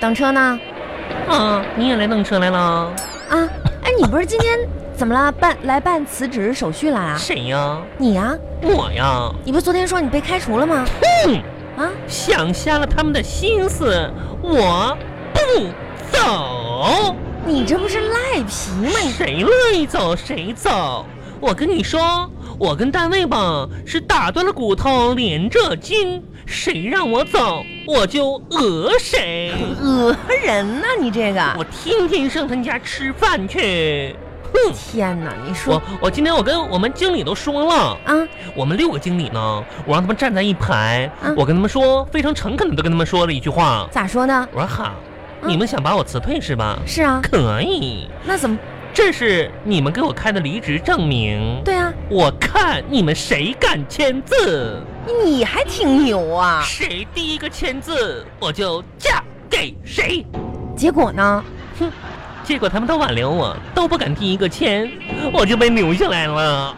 等车呢？啊，你也来等车来了？啊，哎，你不是今天怎么了？办来办辞职手续来啊？谁呀？你呀、我呀，你不是昨天说你被开除了吗？哼，啊，想瞎了他们的心思，我不走。你这不是赖皮吗？你谁乐意走谁走。我跟你说，我跟单位吧是打断了骨头连着筋，谁让我走我就讹谁。讹人呐、你这个，我天天上他们家吃饭去。哼，天哪！你说我我今天我跟我们经理都说了，啊，我们六个经理呢，我让他们站在一排，嗯我跟他们说，非常诚恳的都跟他们说了一句话，咋说呢？我说好，嗯你们想把我辞退是吧？是啊，可以，那怎么？这是你们给我开的离职证明。对啊，我看你们谁敢签字，你还挺牛啊！谁第一个签字，我就嫁给谁。结果呢？结果他们都挽留我，都不敢第一个签，我就被留下来了。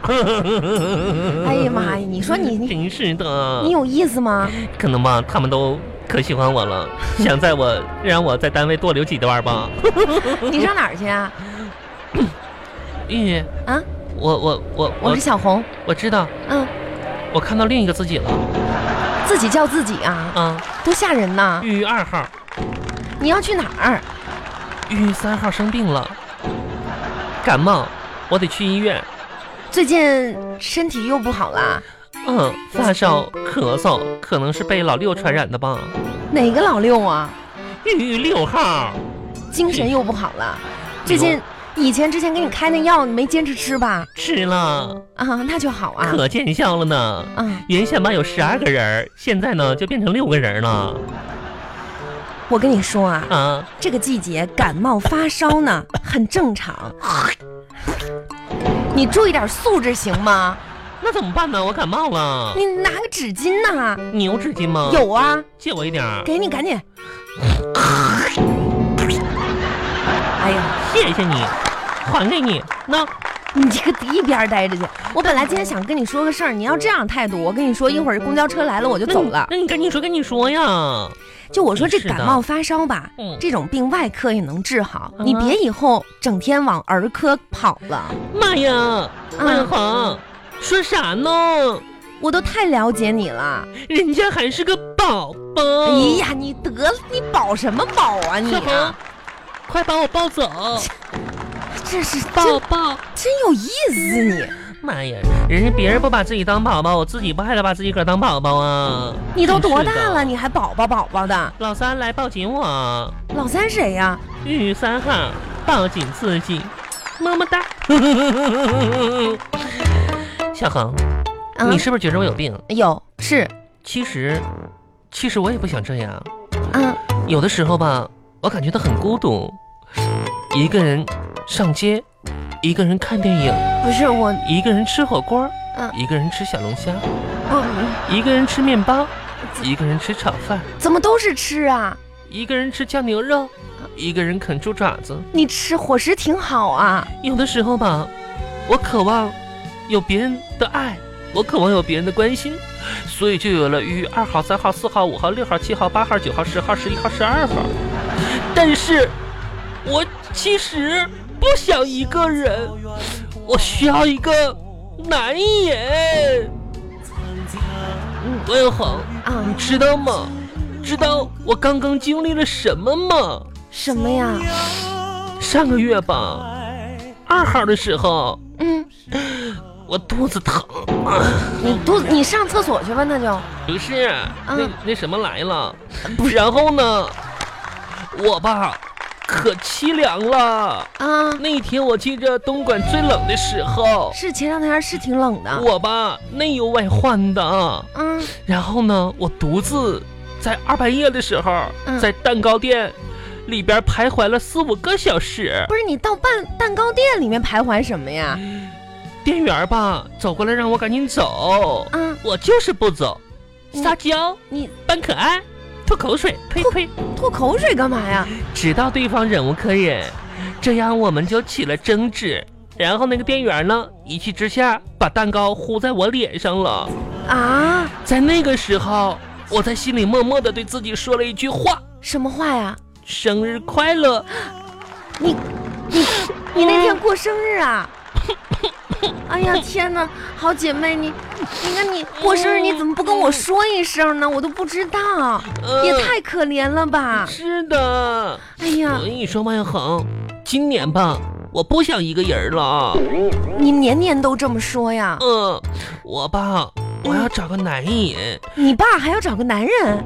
哎呀妈呀！你说你你真是的，你有意思吗？可能吧，他们都可喜欢我 了，想在我让我在单位多留几段吧。你上哪儿去啊？ 玉玉，啊，我我我我我是小红，我知道，嗯，我看到另一个自己了自己叫自己啊，啊，多吓人呐！玉玉二号，你要去哪儿？玉玉三号生病了，感冒，我得去医院。最近身体又不好啦？嗯，发烧、咳嗽，可能是被老六传染的吧。哪个老六啊？玉玉六号，精神又不好了？最近以前之前给你开那药，你没坚持吃吧？吃了，啊，那就好啊。可见效了呢。啊，原先吧有十二个人儿，现在呢就变成六个人了我跟你说啊，啊！这个季节感冒发烧呢，很正常。你注意点素质行吗？那怎么办呢？我感冒了，你拿个纸巾呐、你有纸巾吗？，有啊，借我一点儿。给你，赶紧。哎呀，谢 谢你，还给你。那你这个一边待着去。我本来今天想跟你说个事儿，你要这样态度，我跟你说，一会儿公交车来了我就那走你了。那你赶紧说，赶紧说呀。就我说这嗯是的感冒发烧吧嗯，这种病外科也能治好，嗯你别以后整天往儿科跑了。啊妈呀，嗯万恒，说啥呢？我都太了解你了。人家还是个宝宝。哎呀，你得了，你保什么保啊你小啊红，快把我抱走， 这是抱真抱！真有意思你，妈呀，人家别人不把自己当宝宝，我自己不还得把自己个儿当宝宝啊？你都多真是大的了，？你还宝宝宝宝的？老三来抱紧我，老三谁呀、玉三号抱紧自己，么么哒。 小恒，啊你是不是觉得我有病？有是其实，其实我也不想这样。啊，有的时候吧，我感觉到很孤独，一个人上街，一个人看电影，不是我，一个人吃火锅，嗯一个人吃小龙虾，我一个人吃面包，一个人吃炒饭，怎么都是吃啊？一个人吃酱牛肉，一个人啃猪爪子。你吃伙食挺好啊，有的时候吧，我渴望有别人的爱，我渴望有别人的关心，所以就有了于二号、三号、四号、五号、六号、七号、八号、九号、十号、十一号、十二号。但是，我其实不想一个人，我需要一个男人。万恒，啊你知道吗？知道我刚刚经历了什么吗？什么呀？上个月吧，二号的时候，嗯，我肚子疼，啊你肚子你上厕所去吧，那就不是、那嗯那什么来了，然后呢，我吧可凄凉了。啊，那天我记着东莞最冷的时候，是前两天是挺冷的，我吧内忧外患的。啊嗯然后呢，我独自在二半夜的时候，嗯在蛋糕店里边徘徊了四五个小时，不是你到蛋蛋糕店里面徘徊什么呀？店员吧走过来让我赶紧走，啊，我就是不走，你撒娇。你扮可爱，吐口水，呸呸，吐口水干嘛呀？直到对方忍无可忍，这样我们就起了争执。然后那个店员呢，一气之下把蛋糕糊在我脸上了。啊，在那个时候，我在心里默默的对自己说了一句话，什么话呀？生日快乐！你你你那天过生日啊？嗯哎呀天哪，好姐妹你，你看你过生嗯日你怎么不跟我说一声呢？我都不知道，也呃太可怜了吧！是的。哎呀我，跟你说，万恒，今年吧，我不想一个人了。你年年都这么说呀？嗯，我吧，我要找个男人，你爸还要找个男人？嗯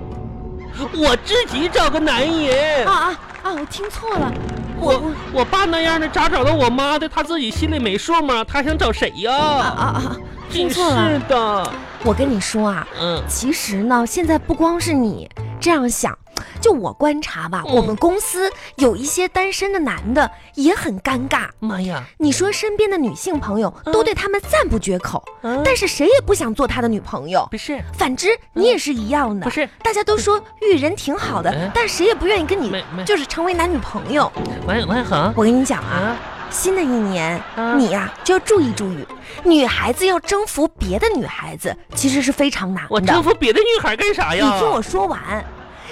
我自己找个男人啊。啊啊！我听错了，我我我我爸那样的，咋找到我妈的？他自己心里没数吗？他想找谁啊呀？啊啊！听真是错了，的，我跟你说啊，嗯其实呢，现在不光是你这样想，就我观察吧，嗯我们公司有一些单身的男的也很尴尬。妈呀，你说身边的女性朋友嗯都对他们赞不绝口，嗯但是谁也不想做他的女朋友。不是反之，你也是一样的。不是，大家都说遇人挺好的哎，但谁也不愿意跟你没没就是成为男女朋友。王王恒我跟你讲啊，啊，新的一年啊你呀、就要注意注意，女孩子要征服别的女孩子其实是非常难我的征。服别的女孩干啥你哎呀？听我说完，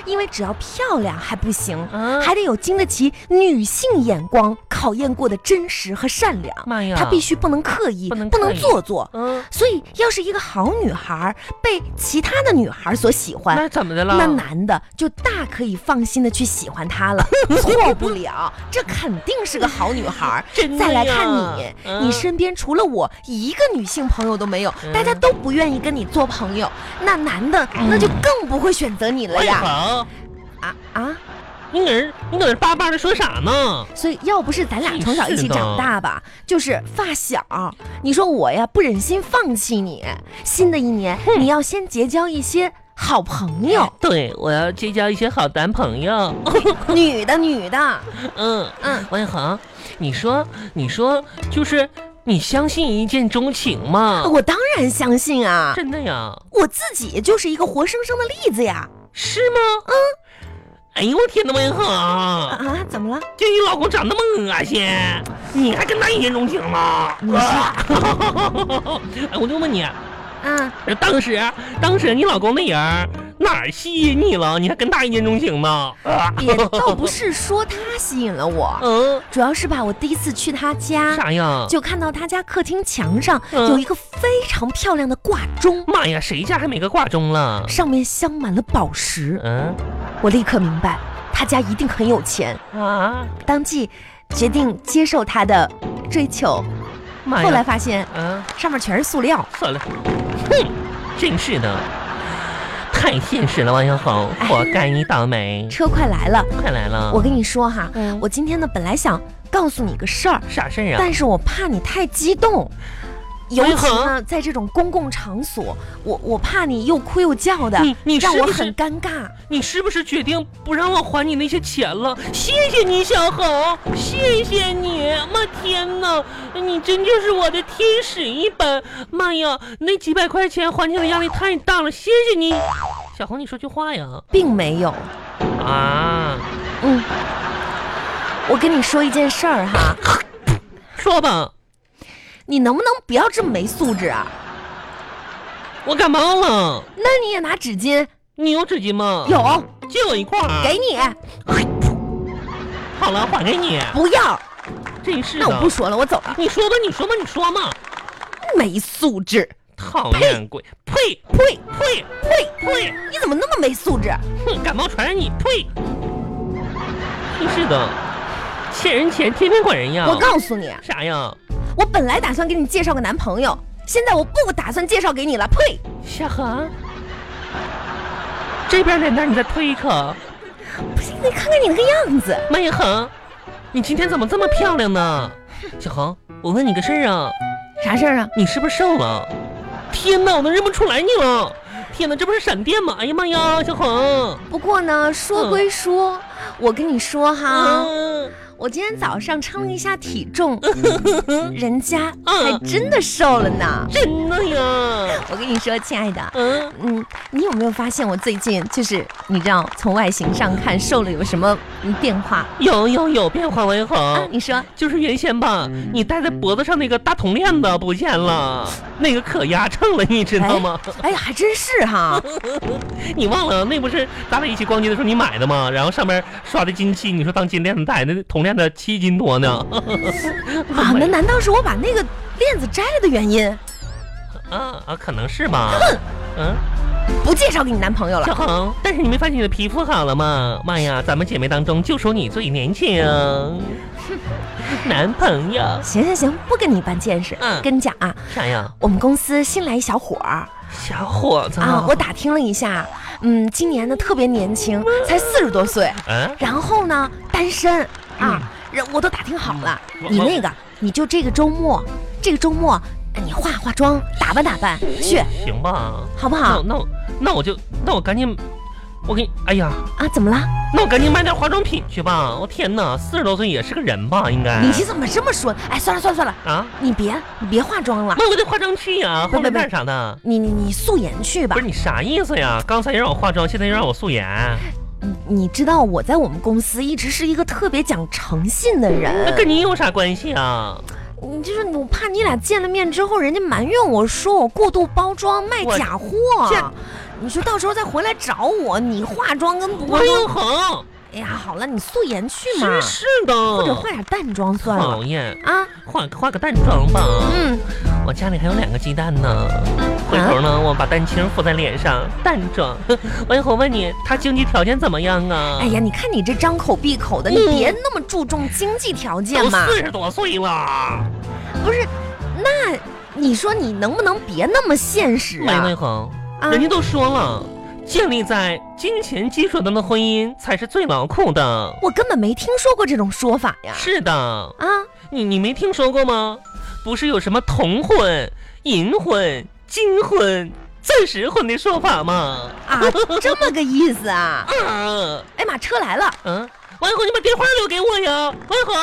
因为只要漂亮还不行，啊，还得有经得起女性眼光考验过的真实和善良。妈呀，她必须不能刻意，不能刻意做作。嗯，所以，要是一个好女孩被其他的女孩所喜欢，那怎么的了？那男的就大可以放心的去喜欢她 了，错不了，这肯定是个好女孩儿真。的再来呀看你，你嗯身边除了我一个女性朋友都没有，大家嗯都不愿意跟你做朋友，那男的那就更不会选择你了王呀！恒，啊啊！你搁这你搁这叭叭的说啥呢？所以要不是咱俩从小一起长大吧，就是发小，你说我呀不忍心放弃你，新的一年你要先结交一些好朋 友，对，我要结交一些好男朋友。女的女的，嗯嗯嗯，王一恒，你说，你说，就是你相信一见钟情吗？我当然相信啊。真的呀？我自己就是一个活生生的例子呀！是吗？嗯。哎呦我天呐，王一恒，啊，怎么了？就你老公长那么恶心，你还跟他一见钟情吗？啊 哎，我就问你，嗯，当时当时你老公那人儿哪儿吸引你了？你还跟他一见钟情呢？啊也倒不是说他吸引了我，嗯，主要是吧，我第一次去他家，啥呀？就看到他家客厅墙上嗯有一个非常漂亮的挂钟，妈呀，谁家还没个挂钟了？上面镶满了宝石。嗯我立刻明白，他家一定很有钱，啊，当即决定接受他的追求。哎妈呀！后来发现啊，上面全是塑料，算了，哼，真是的，太现实了，王小红，活该你倒霉。车快来了。快来了，哎我跟你说哈，嗯我今天呢本来想告诉你个事儿，啥事儿啊？但是我怕你太激动，尤为其何呢，在这种公共场所，我我怕你又哭又叫的你，嗯你让是我不是很尴尬。你是不是决定不让我还你那些钱了？谢谢你，小红，谢谢你！妈天哪，你真就是我的天使一般！妈呀，那几百块钱还钱的压力太大了，谢谢你，小红，你说句话呀！并没有，啊，嗯，我跟你说一件事儿哈，说吧，你能不能不要这么没素质啊？我感冒了，那你也拿纸巾，你有纸巾吗？，有，借我一块儿。给你，好了，还给你。不要。真是的，那我不说了，我走了。你说吧，你说吧，你说嘛。没素质，讨厌鬼，呸呸呸呸！呸！你怎么那么没素质？哼，感冒传染你，呸！真是的，欠人钱天天管人要。我告诉你，啥呀？我本来打算给你介绍个男朋友，现在我不打算介绍给你了，呸！小恒，这边脸蛋你再推一口。不是，你看看你那个样子，麦一恒，你今天怎么这么漂亮呢？小恒，我问你个事儿啊，啥事儿啊？你是不是瘦了？天哪，我都认不出来你了！天哪，这不是闪电吗？哎呀妈呀，小恒，嗯不过呢，说归说，我跟你说哈，嗯我今天早上称了一下体重， 人家还真的瘦了呢。真的呀，我跟你说，亲爱的，嗯，嗯，你有没有发现我最近就是你知道从外形上看瘦了有什么嗯变化 有有有变化为啊？好。你说就是原先吧，你戴在脖子上那个大铜链子不见了，那个可压秤了，你知道吗？哎呀，还真是 哈！哎你忘了那不是咱俩一起逛街的时候你买的吗？然后上面刷的金漆，你说当金链子戴，那铜链子七斤多呢。 啊，那难道是我把那个链子摘了的原因？啊啊，可能是吧。嗯，不介绍给你男朋友小了。红，但是你没发现你的皮肤好了吗？妈呀，咱们姐妹当中就属你最年轻。嗯男朋友行行行，不跟你一般见识。嗯跟你讲啊，啥呀？我们公司新来一小伙儿小伙子啊，我打听了一下，嗯，今年呢特别年轻，才四十多岁，嗯，然后呢单身啊，人我都打听好了。嗯你那个，你就这个周末，这个周末哎你化化妆，打扮打扮去，行吧。好不那好？那我那我就那我赶紧，我给你，哎呀，啊，怎么了？那我赶紧买点化妆品去吧。我天哪，四十多岁也是个人吧？应该你是怎么这么说？哎，算了算了算了，啊。你别你别化妆了，那我得化妆去呀、不不化妆不干啥的？你你你素颜去吧不是。你啥意思呀？刚才又让我化妆，现在又让我素颜，呃你你知道我在我们公司一直是一个特别讲诚信的那人，跟你有啥关系啊？你嗯就是我怕你俩见了面之后，人家埋怨我说我过度包装卖我假货这，你说到时候再回来找我，你化妆跟不化王永妆，恒，哎呀，好了，你素颜去嘛，真是哦或者的，化点淡妆算了讨厌，啊，化化个淡妆吧。嗯，我家里还有两个鸡蛋呢，回头啊呢，我把蛋清敷在脸上，哎淡 妆。王永恒问你，他经济条件怎么样啊？哎呀，你看你这张口闭口的，你嗯别那么注重经济条件都嘛，四十多岁了，不是，那你说你能不能别那么现实王啊永？恒，啊人家都说了，建立在金钱基础上的婚姻才是最牢固的。我根本没听说过这种说法呀，是的，啊。你你没听说过吗？不是有什么同婚、银婚、金婚、钻石婚的说法吗？啊，这么个意思啊！ 啊，哎妈，车来了，嗯、王一红，你把电话留给我呀，王一红，